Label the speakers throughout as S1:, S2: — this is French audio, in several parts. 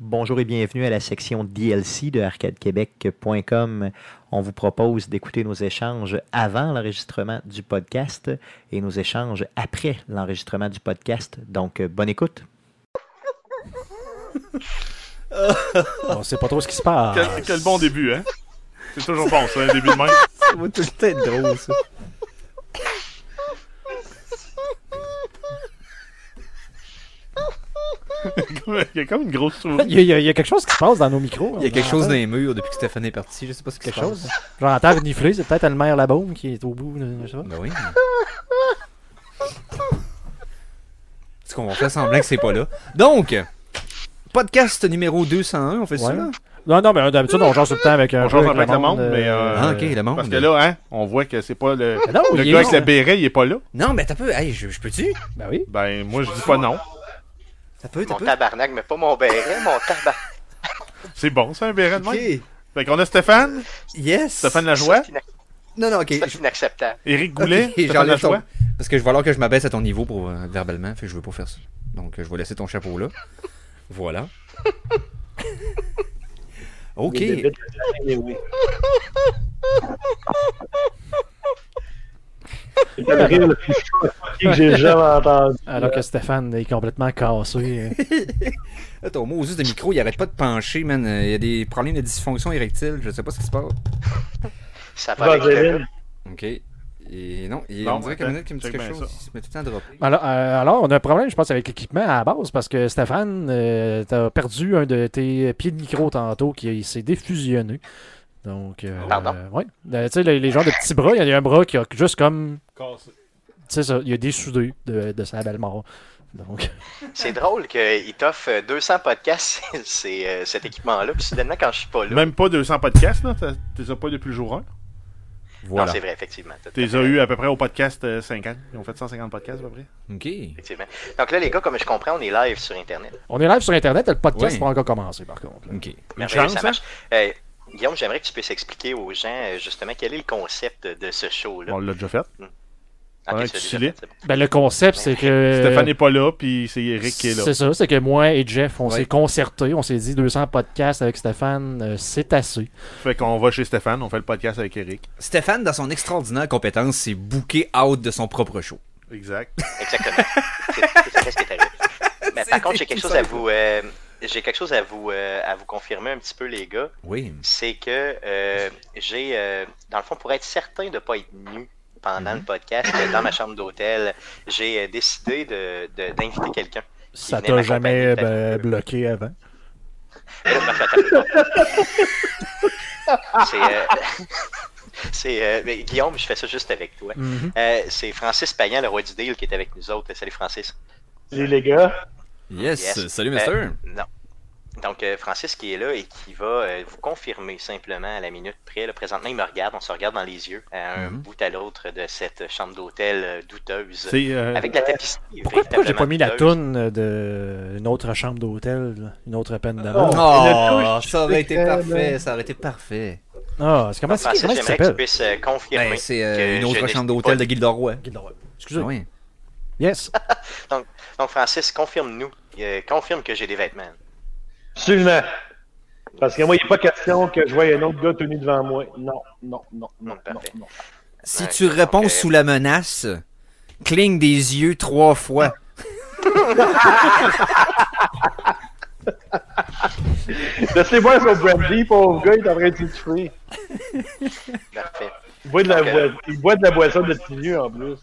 S1: Bonjour et bienvenue à la section DLC de arcadequebec.com. On vous propose d'écouter nos échanges avant l'enregistrement du podcast et nos échanges après l'enregistrement du podcast. Donc, euh, bonne écoute.
S2: On sait pas trop ce qui se passe.
S3: Quel, quel bon début, hein? C'est toujours bon, ça, un début de même.
S4: Ça va tout le temps être drôle, ça.
S3: Il y a comme une grosse
S2: Il
S3: souris.
S2: y, a- il y a- il y a quelque chose qui se passe dans nos micros.
S4: Il y a quelque
S2: On
S4: chose
S2: entend.
S4: dans les murs depuis que Stéphane est parti, je sais pas ce qui se
S2: Quelque
S4: passe.
S2: chose. J'entends renifler, c'est peut-être Elmer Labaume qui est au bout. de- Je sais pas.
S4: Ben oui. Est-ce qu'on va faire semblant que c'est pas là? Donc, podcast numéro 201, on fait ça
S2: Ouais.
S4: là?
S2: Non, non, mais euh, d'habitude, on jase tout le temps avec un
S3: On
S2: jeu
S3: jase avec le monde, mais, euh,
S4: Ah, ok, le monde.
S3: Parce que là, hein, on voit que c'est pas le.
S2: Ah non,
S3: Le
S2: il est
S3: gars avec
S2: là.
S3: le béret, il est pas là.
S4: Non, mais t'as peu. Hey, je, je peux-tu?
S2: Ben oui.
S3: Ben, moi, je dis pas non.
S4: T'as peu, t'as
S5: Mon
S4: peu.
S5: tabarnak, mais pas mon béret, mon tabarnak.
S3: C'est bon, ça, un béret de
S4: Ok.
S3: même. Fait qu'on a Stéphane,
S4: Yes.
S3: Stéphane Lajoie,
S4: Non, non, ok.
S5: C'est
S4: je-
S5: inacceptable.
S3: Éric Goulet,
S4: ok,
S3: Stéphane
S4: j'enlève ton-
S3: Lajoie.
S4: Parce que je vais alors que je m'abaisse à ton niveau pour euh, verbalement, fait que je veux pas faire ça. Donc, euh, je vais laisser ton chapeau là. Voilà. ok.
S6: C'était le rire le plus choqué que j'ai jamais entendu.
S2: Alors que Stéphane est complètement cassé.
S4: Là, ton mot juste de micro, il arrête pas de pencher, man. Euh, Il y a des problèmes de dysfonction érectile, je sais pas ce qui se passe.
S5: Ça va avec le
S6: Vaseline.
S4: Ok. Et non, il
S3: Non,
S4: on dirait
S3: attends,
S4: qu'à minute qu'il me dit
S3: check
S4: quelque
S3: bien
S4: chose,
S3: ça.
S4: il se met tout le temps à dropper.
S2: Alors, euh, alors, on a un problème, je pense, avec l'équipement à la base parce que Stéphane, euh, t'as perdu un de tes pieds de micro tantôt qui il s'est défusionné. Donc, euh,
S5: Pardon?
S2: euh, ouais. Euh, tu sais, les, les gens de petits bras, il y a un bras qui a juste comme. Tu sais, ça, il a dessoudé de, de sa belle mort. Donc,
S5: C'est drôle qu'il t'offre euh, 200 podcasts, c'est, euh, cet équipement-là, puis soudainement, quand je suis pas là.
S3: Même pas 200 podcasts, là. T'as- T'es as pas depuis le jour 1.
S4: Voilà.
S5: Non, c'est vrai, effectivement. T'as-
S3: T'es as eu à peu près au podcast euh, 50. Ils ont fait 150 podcasts, à peu près.
S4: ok.
S5: Effectivement. Donc là, les gars, comme je comprends, on est live sur Internet.
S2: on est live sur Internet, le podcast
S4: Oui.
S2: n'a pas encore commencé, par contre. là.
S4: Ok.
S5: Merveilleux,
S3: chance,
S4: hein?
S5: ça marche. Euh, Guillaume, j'aimerais que tu puisses expliquer aux gens, euh, justement, quel est le concept de, de ce show-là.
S3: On l'a déjà fait.
S5: Ok,
S3: ouais,
S5: ça,
S3: tu
S5: déjà
S3: l'es.
S5: fait, c'est bon.
S2: Ben, le concept, c'est que.
S3: Euh, Stéphane n'est pas là, puis c'est Éric qui est là.
S2: C'est ça, c'est que moi et Jeff, on
S4: Ouais.
S2: s'est concertés, on s'est dit 200 podcasts avec Stéphane, euh, c'est assez.
S3: Fait qu'on va chez Stéphane, on fait le podcast avec Éric.
S4: Stéphane, dans son extraordinaire compétence, s'est booké out de son propre show.
S3: Exact.
S5: Exactement. C'est- c'est ce qui est arrivé. Mais par contre, j'ai quelque chose à vous... euh, j'ai quelque chose à vous, euh, à vous confirmer un petit peu, les gars.
S4: Oui.
S5: c'est que euh, j'ai, euh, dans le fond, pour être certain de ne pas être nu pendant
S2: Mhm.
S5: le podcast, euh, dans ma chambre d'hôtel, j'ai euh, décidé de, de- d'inviter quelqu'un.
S2: Ça
S5: venait
S2: t'a
S5: m'accompagner,
S2: jamais
S5: peut-être.
S2: ben, bloqué avant.
S5: C'est, euh, c'est, euh, mais Guillaume, je fais ça juste avec toi.
S3: Mm-hmm.
S5: Euh, c'est Francis Payan, le roi du deal, qui est avec nous autres. Salut Francis.
S6: Salut les gars.
S4: Yes.
S5: Yes.
S4: Salut,
S5: Euh,
S4: mister.
S5: non. Donc, euh, Francis qui est là et qui va euh, vous confirmer simplement à la minute près. Là, présentement, il me regarde, on se regarde dans les yeux, à un
S4: Mhm.
S5: bout à l'autre de cette chambre d'hôtel euh, douteuse.
S3: C'est. euh,
S5: Avec la tapisserie.
S2: Pourquoi, pourquoi j'ai pas mis la
S5: toune
S2: toune de une autre chambre d'hôtel, là? une autre peine de
S4: Oh,
S2: mort?
S6: le touche,
S4: ça aurait été
S6: c'est, euh,
S4: parfait. Ça aurait été parfait.
S2: Ah, c'est comment, c'est-
S5: Francis,
S2: comment il
S5: j'aimerais que tu
S2: s'appelle?
S5: puisses euh, confirmer.
S4: Ben, c'est euh,
S5: que
S4: une
S5: je
S4: autre
S5: n'ai
S4: chambre
S5: pas
S4: d'hôtel de
S5: dit.
S4: Gilderoy.
S2: Excusez.
S4: Oui.
S2: Yes.
S5: Donc, Francis, confirme-nous. euh, confirme que j'ai des vêtements.
S6: Absolument. Parce que moi, il n'est pas question que je voie un autre gars tenu devant moi. Non, non, non, non,
S5: Bon,
S6: non,
S5: parfait.
S6: non.
S4: Si
S5: Ouais,
S4: tu réponds
S5: ok.
S4: sous la menace, cligne des yeux trois fois.
S6: Laissez voir son brandy, pauvre gars, il est en train de s'étouffer.
S5: Parfait.
S6: Il boit de la,
S5: Ok.
S6: boisson- il boit de la boisson de petit vieux, en plus.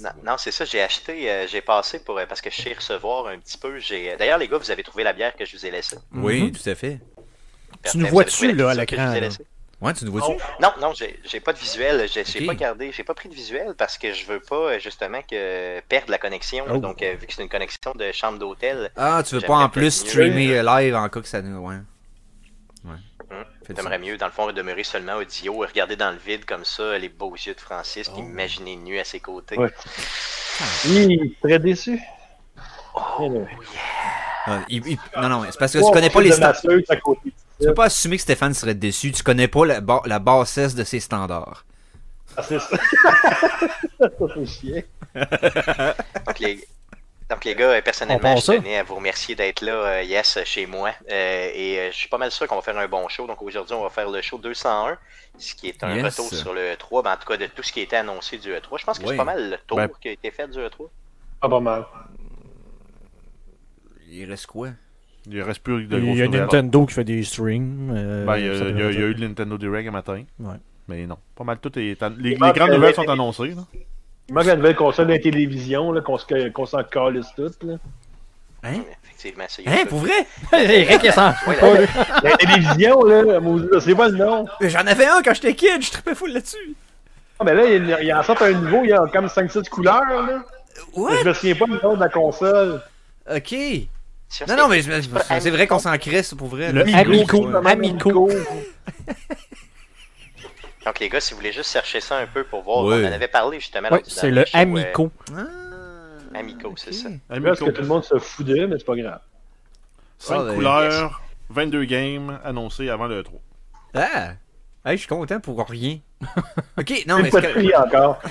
S5: Non, non, c'est ça, j'ai acheté, euh, j'ai passé pour. euh, parce que je sais recevoir un petit peu. J'ai. euh, D'ailleurs, les gars, vous avez trouvé la bière que je vous ai laissée.
S3: Ah.
S4: Oui,
S3: Mm-hmm.
S4: tout à fait.
S5: Parfait,
S2: nous
S5: vous
S2: vois-tu,
S5: avez trouvé la
S2: là, à
S5: pizza que je
S2: l'écran,
S5: vous ai
S2: là?
S5: laissée?
S4: Ouais, tu nous vois-tu?
S3: Oh,
S5: Non, non, j'ai j'ai pas de visuel. J'ai j'ai
S4: Ok.
S5: pas gardé, j'ai pas pris de visuel parce que je veux pas euh, justement que perdre la connexion.
S2: Oh.
S5: Donc, euh, vu que c'est une connexion de chambre d'hôtel,
S4: Ah, tu veux
S5: J'aimerais
S4: pas en
S5: peut-être
S4: plus
S5: mieux.
S4: streamer euh, live en cas que ça nous. Ouais. Ouais.
S5: Hum,
S4: Fait du
S5: J'aimerais
S4: sens.
S5: mieux, dans le fond, demeurer seulement audio et regarder dans le vide comme ça les beaux yeux de Francis, puis imaginer nu à ses côtés.
S6: Ouais. Oui, très déçu. Anyway.
S4: Ah, il- il- Non, non, c'est Oh. parce que
S6: Oh,
S4: tu connais pas les
S6: de ma
S4: standards.
S6: sueur, à côté.
S4: Tu peux pas assumer que Stéphane serait déçu. Tu connais pas la, ba- la bassesse de ses standards.
S6: Ah, c'est ça. Ça, c'est chiant.
S5: Donc, les... Donc les gars, euh, personnellement,
S2: On
S5: je
S2: part ça.
S5: tenais à vous remercier d'être là, euh, yes, chez moi. Euh, et euh, je suis pas mal sûr qu'on va faire un bon show. Donc aujourd'hui, on va faire le show 201, ce qui est un
S4: Yes.
S5: retour sur le E3, ben, en tout cas de tout ce qui a été annoncé du E3. Je pense que
S4: Oui.
S5: c'est pas mal le tour
S4: Ben-
S5: qui a été fait du E E3.
S6: Ah, Pas, pas mal.
S4: Il reste quoi?
S3: Il reste
S2: Il
S3: plus de
S2: y a
S3: grosses nouvelles.
S2: Nintendo qui fait des streams. euh,
S3: Ben, il y a,
S2: ça peut
S3: il y a- il y a
S2: être-
S3: eu le Nintendo Direct un matin.
S2: Ouais.
S3: Mais non. Pas mal tout est. an- Les, les
S6: Ah,
S3: grandes
S6: mais-
S3: nouvelles sont annoncées. là.
S6: Il manque la nouvelle console de la télévision, là, qu'on, se- qu'on s'en calisse toutes. Là.
S5: Effectivement, ça y est.
S4: Hein, pour vrai?
S2: Eric, il s'en
S5: Oui,
S2: fout
S5: là.
S2: pas, lui.
S6: La télévision, là, maudit, c'est pas le nom.
S4: Mais J'en avais un quand j'étais kid, je trippais full là-dessus.
S6: Ah, mais là, il, il en sort un nouveau, il y a comme 5-6 couleurs. Là.
S4: What?
S6: Je me souviens pas du nom de la console.
S4: Ok.
S5: Ça,
S4: Non,
S5: c'est-
S4: non, mais je- je- c'est vrai qu'on s'en crisse pour vrai.
S3: Le
S4: là.
S2: Amico.
S4: Ouais.
S2: Amico.
S5: Donc les gars, si vous voulez juste chercher ça un peu pour voir,
S4: Ouais.
S5: on en avait parlé justement.
S2: Ouais,
S5: lors du
S2: c'est
S5: dernier
S2: le
S5: show, euh,
S2: Amico.
S4: Ah,
S5: Amico, c'est
S4: ok.
S5: ça.
S6: Parce
S3: Amico.
S6: que tout le monde se fout d'eux, mais c'est pas grave.
S3: 5
S4: Ah, ben,
S3: couleurs, 22 games annoncés avant le 3.
S4: Ah! Hey, je suis content pour rien. ok, non,
S6: C'est
S4: mais
S6: pas
S4: c'est
S6: de
S4: que...
S6: prix encore.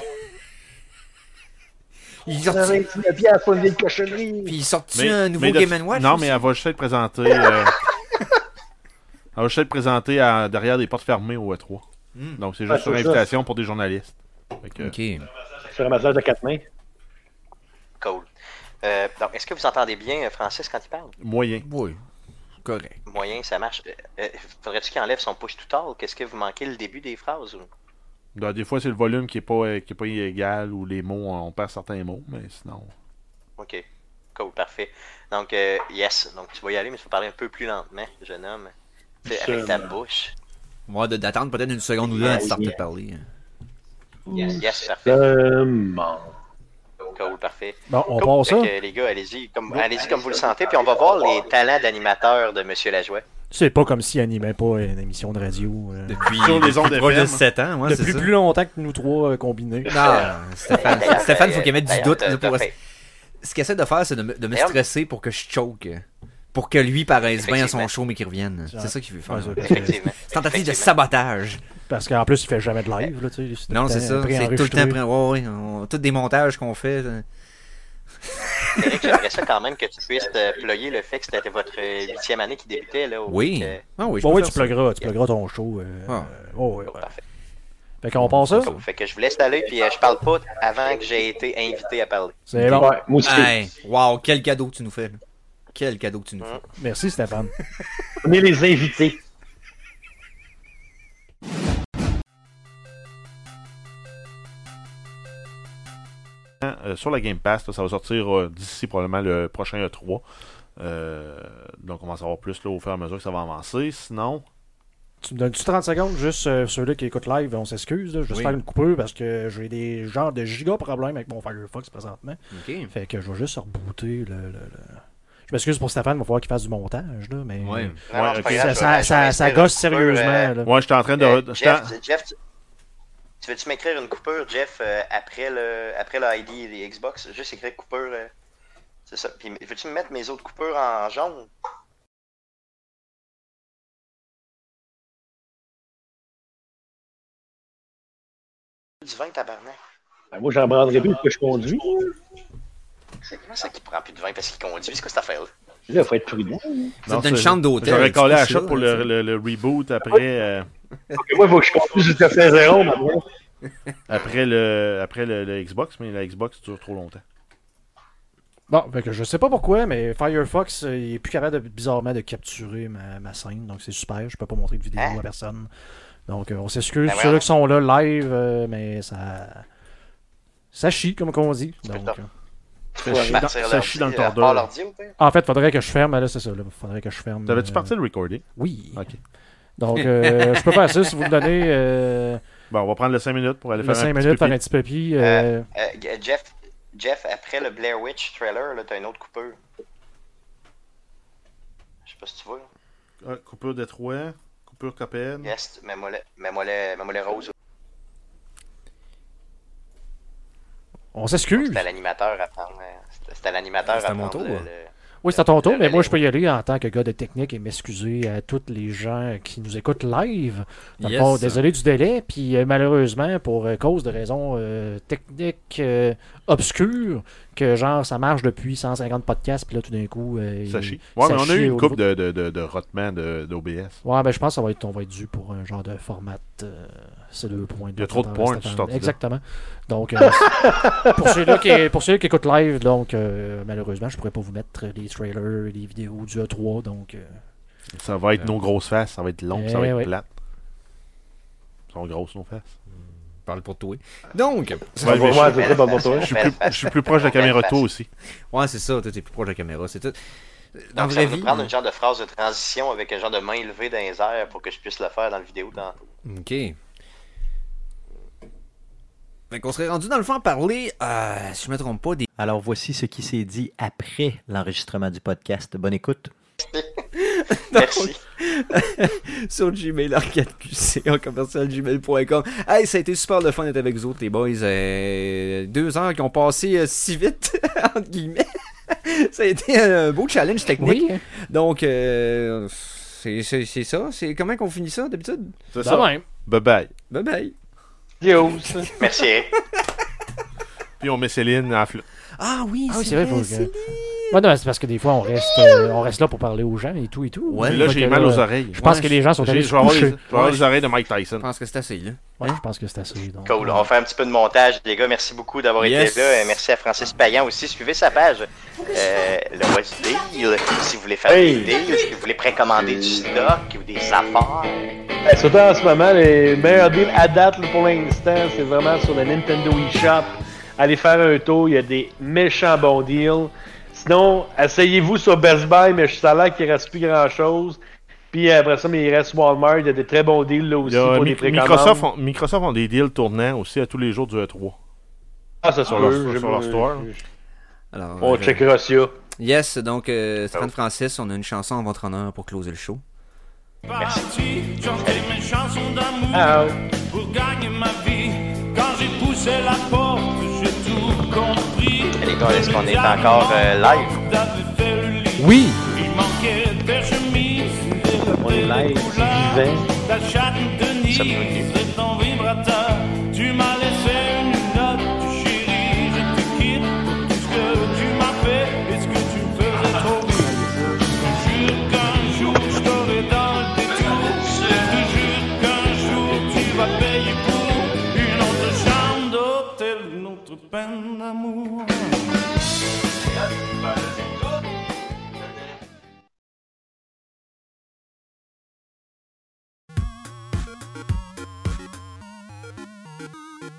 S4: ils
S6: Vous
S4: sortent
S6: avez dit le pièce pour une vieille cochonnerie.
S4: puis ils sortent un nouveau
S3: de-
S4: Game Watch.
S3: Non,
S4: aussi?
S3: mais elle va juste être présentée. euh, elle va juste être présentée à- derrière des portes fermées au E3.
S4: Hmm.
S3: Donc, c'est
S6: Ah,
S3: juste sur
S6: c'est ça.
S3: invitation pour des journalistes. Fait que-
S4: Ok.
S6: Sur un massage de quatre mains.
S5: Cool. Euh, donc, est-ce que vous entendez bien euh, Francis quand il parle?
S3: Moyen.
S4: Oui. Correct.
S5: Moyen, ça marche. Euh, euh, Faudrait-tu qu'il enlève son push tout tard? Qu'est-ce que vous manquez le début des phrases? ou-
S3: Donc, des fois, c'est le volume qui est pas, euh, qui est pas égal ou les mots, on perd certains mots, mais sinon.
S5: Ok. Cool, parfait. Donc, euh, yes. Donc, tu vas y aller, mais tu vas parler un peu plus lentement, jeune homme. Tu sais, Avec ta
S6: Sûrement.
S5: bouche.
S4: Moi, de- d'attendre peut-être une seconde ou deux avant de sortir de parler. hein.
S5: Yes, yes, parfait.
S6: Euh, Seulement.
S5: Cool, parfait.
S2: Bon, on
S5: Cool.
S2: part ça.
S5: Fait que, les gars, allez-y comme, allez comme vous le sentez, puis on va voir les talents d'animateur de Monsieur Lajoie.
S2: C'est pas comme s'il animait pas une émission de radio. euh,
S4: Depuis,
S3: Sur les ondes
S4: depuis proche de
S3: FM.
S4: 7 ans, ouais, c'est
S2: Depuis
S4: ça.
S2: plus longtemps que nous trois euh, combinés.
S4: Non, Stéphane,
S5: D'ailleurs,
S4: Stéphane, faut
S5: euh,
S4: qu'il mette du
S5: d'ailleurs,
S4: doute.
S5: t'as-
S4: là,
S5: t'as
S4: pour-
S5: fait-
S4: Ce qu'il essaie de faire, c'est de, me- de me
S5: Merde.
S4: stresser pour que je choke. Pour que lui paraisse bien à son
S5: Effectivement.
S4: show mais qu'il revienne. C'est ça qu'il veut
S2: Ouais,
S4: faire.
S2: c'est- parce que-
S5: Effectivement.
S4: C'est tentative de
S5: Effectivement.
S4: sabotage.
S2: Parce qu'en plus, il fait jamais de live. Là, tu sais, tout le
S4: Non,
S2: temps
S4: c'est ça. C'est tout le
S2: préenregistré.
S4: temps. pré- Ouais, ouais, on- Tous des montages qu'on fait. euh,
S5: Eric, j'aimerais ça quand même que tu puisses euh, ployer le fait que c'était votre euh, huitième année qui débutait. Là, au-
S4: Oui.
S5: euh,
S4: Ah oui, je
S2: Bon,
S4: peux
S2: oui,
S4: faire
S2: tu
S4: ça.
S2: plugueras, tu plugueras ton show. euh,
S4: Ah.
S2: euh, oh, ouais, ouais.
S5: parfait.
S2: Fait qu'on part ça.
S5: Cool. Fait que je vous laisse aller, puis euh, je parle pas avant que j'ai été invité à parler.
S2: C'est
S6: Ouais,
S2: bon.
S6: moi aussi.
S4: Hey, wow, quel cadeau que tu nous fais. là. Quel cadeau que tu nous fais.
S2: Merci, Stéphane.
S6: On est les invités.
S3: Euh, sur la Game Pass, là, ça va sortir euh, d'ici probablement le prochain E3. Euh, donc, on va en savoir plus là, au fur et à mesure que ça va avancer. Sinon,
S2: Tu me donnes-tu 30 secondes? Juste euh, ceux-là qui écoutent live, on s'excuse. là. Je vais
S4: Oui.
S2: juste faire une coupure parce que j'ai des genres de giga problèmes avec mon Firefox présentement.
S4: Ok.
S2: Fait que je vais juste rebooter le. le- le- Je m'excuse pour Stéphane, il va falloir qu'il fasse du montage, là, mais.
S4: Ouais.
S5: Non, non,
S3: Ouais,
S5: c'est
S3: ok.
S5: pas grave,
S2: Ça, ça-
S5: je vais-
S2: ça-
S5: je vais
S2: ça
S5: inscrire
S2: gosse
S5: une coupure,
S2: sérieusement.
S5: euh,
S2: là.
S3: moi, je suis en train de.
S5: euh,
S3: je suis en-
S5: Jeff, tu- Jeff, tu tu veux-tu m'écrire une coupure, Jeff, euh, après le après le ID et les Xbox? Juste écrire coupure. euh, c'est ça. Puis veux-tu me mettre mes autres coupures en jaune? Du vin, tabarnak.
S6: Ben, moi, j'en prendrais plus que je conduis.
S5: C'est comment ça qu'il prend plus de vin parce qu'il conduit? C'est quoi cette affaire-là?
S6: Il faut être prudent.
S4: C'est
S3: Non,
S4: dans une
S3: c'est-
S4: chambre d'hôtel.
S3: J'aurais
S4: tu
S3: collé à la
S4: fais ça,
S3: shop pour
S4: là,
S3: le, le- le reboot après, euh,
S6: Et moi, il faut que je conduise jusqu'à fin zéro. maintenant.
S3: après, le, après le, le Xbox, mais la Xbox dure trop longtemps.
S2: Bon, fait que je sais pas pourquoi, mais Firefox, euh, il est plus capable de- bizarrement de capturer ma, ma scène, donc c'est super. Je peux pas montrer de vidéo
S5: Hein?
S2: à personne. Donc euh, on s'excuse.
S5: Ben
S2: Ceux-là
S5: voyons.
S2: qui sont là live, euh, mais ça. Ça chie, comme on dit. Donc,
S5: Putain.
S2: euh,
S5: Tu
S3: Ça
S5: peux
S3: chie
S5: repartir
S3: dans- ça
S5: l'ordi,
S3: chie dans le
S5: euh, repars
S3: tordeur.
S5: l'ordi ou pas?
S2: en fait, faudrait que je ferme. Là, c'est ça. là, faudrait que je ferme.
S3: T'avais-tu
S2: euh,
S3: parti le recording?
S2: Oui.
S3: Ok.
S2: Donc, euh, je peux faire ça si vous me donnez euh,
S3: Bon, on va prendre le 5 minutes pour aller
S2: le
S3: faire
S2: 5
S3: un petit
S2: minutes par
S3: pipi.
S2: un petit papier.
S5: Euh, G- Jeff, Jeff, après le Blair Witch trailer, là, t'as une autre coupure. Je sais pas si tu vois. là.
S3: Ah, coupure Détroit, coupure Copenhague.
S5: Yes, mets-moi le- mets-moi le mets-moi le rose.
S2: on s'excuse.
S5: C'était à l'animateur à prendre. euh, c'était- C'était à l'animateur
S4: C'est
S5: à
S4: Mm. à mon
S5: prendre.
S4: tour.
S5: le- le-
S2: Oui, c'est à ton tour, mais moi,
S5: relais.
S2: je peux y aller en tant que gars de technique et m'excuser à tous les gens qui nous écoutent live. Dans le
S4: Yes.
S2: fond, désolé du délai, puis euh, malheureusement, pour euh, cause de raisons euh, techniques, euh, obscure que genre ça marche depuis 150 podcasts, puis là tout d'un coup. euh,
S3: Ça chie.
S2: il-
S3: Ouais,
S2: ça
S3: mais on a
S2: chie
S3: eu
S2: au
S3: une coupe
S2: niveau-
S3: de, de, de, de rotements de- d'OBS.
S2: Ouais, ben je pense qu'on va être, on va être dû pour un genre de format euh, C2.2.
S3: Il y a trop de
S2: Attends,
S3: porn
S2: Stéphane.
S3: sur cet ordi-là.
S2: Exactement. Donc, euh, pour ceux-là qui, pour ceux qui écoutent live, donc euh, malheureusement, je pourrais pas vous mettre les trailers, les vidéos du E3. Donc, euh,
S3: Ça va être nos grosses faces, ça va être long, puis ça va
S2: Eh
S3: être
S2: oui.
S3: plate. Ils sont grosses nos faces.
S4: Parle pour toi.
S3: Ouais,
S4: Donc,
S6: Ouais,
S3: mais
S6: ouais, c'est ça, pardon, toi.
S3: Je suis, plus, je suis plus proche de la caméra que toi aussi.
S4: ouais, c'est ça, toi, t'es plus proche de la caméra, c'est tout. Dans la
S5: Donc, ça
S4: vraie
S5: va
S4: vie.
S5: prendre une genre de phrase de transition avec un genre de main levée dans les airs pour que je puisse le faire dans la vidéo tantôt.
S4: Ok. Fait qu'on serait rendu dans le fond à parler, euh, si je me trompe pas, des.
S1: Alors voici ce qui s'est dit après l'enregistrement du podcast. Bonne écoute.
S5: Merci.
S4: sur Gmail Arcade QC en commercial gmail.com. Hey, ça a été super le fun d'être avec vous autres, les boys. Euh, deux heures qui ont passé euh, si vite, entre guillemets. ça a été un beau challenge technique.
S2: oui, hein,
S4: Donc, euh, c'est c'est- c'est ça. C'est comment qu'on finit ça d'habitude?
S3: C'est
S2: de
S3: ça.
S2: même.
S3: Bye bye.
S4: Bye bye.
S5: Merci, Eric.
S3: Puis on met Céline en flou.
S4: Ah oui,
S2: Ah oui,
S4: c'est
S2: c'est vrai,
S4: vrai.
S2: faut que-
S4: Céline.
S2: Ouais, non, c'est parce que des fois, on reste, euh, on reste là pour parler aux gens et tout et tout.
S4: Ouais,
S3: Mais là,
S2: Donc,
S3: j'ai
S2: euh,
S3: mal aux
S2: euh,
S3: oreilles.
S2: Je pense
S4: Ouais,
S2: que les gens sont
S3: J'ai-
S2: allés
S3: je
S2: se
S3: vais avoir, les, je
S2: coucher.
S3: vais avoir les
S4: Ouais.
S3: oreilles de Mike Tyson.
S4: Je pense que c'est assez, là.
S2: Ouais, je pense que c'est assez. donc.
S5: Cool. On fait un petit peu de montage, les gars. Merci beaucoup d'avoir
S4: Yes.
S5: été là. Et merci à Francis Payan aussi. Suivez sa page, euh, le roi du deal. Si vous voulez faire
S6: Hey.
S5: des deals, si vous voulez précommander du stock ou des affaires.
S6: Eh, Surtout en ce moment, les meilleurs deals à date là, pour l'instant, c'est vraiment sur le Nintendo eShop. Allez faire un tour, il y a des méchants bons deals. Sinon, asseyez-vous sur Best Buy, mais je suis à l'air qu'il reste plus grand-chose. Puis après ça, mais il reste Walmart, il y a des très bons deals là
S3: Il
S6: aussi
S3: y a
S6: pour
S3: Mi-
S6: les précommandes.
S3: Microsoft, hein. ont, Microsoft ont des deals tournants aussi à tous les jours du E3.
S6: Ah, ça se
S3: sur leur-
S6: peut,
S3: sur
S6: je-
S3: leur store.
S6: je-
S4: Alors,
S6: On
S4: euh,
S6: checkera ça.
S4: Yes, donc, euh, Stéphane Francis, on a une chanson en votre honneur pour closer le show.
S7: parti, chanter mes chansons d'amour
S6: Ah,
S7: pour gagner ma vie. Quand j'ai poussé la porte, j'ai tout compris.
S5: Les gars, est-ce qu'on est encore euh, live?
S7: T'avais fait le lit,
S2: Oui!
S7: il manquait tes chemises.
S6: On est live, c'est vivant.
S7: Ta chatte de Nice
S5: Ça me revient.
S7: et ton vibrateur. Tu m'as laissé une note, chérie. Je te quitte pour tout ce que tu m'as fait et ce que tu me faisais trop vite. Je te jure qu'un jour je t'aurai dans le détour. Je te jure qu'un jour tu vas payer pour une autre chambre d'hôtel, une autre peine d'amour.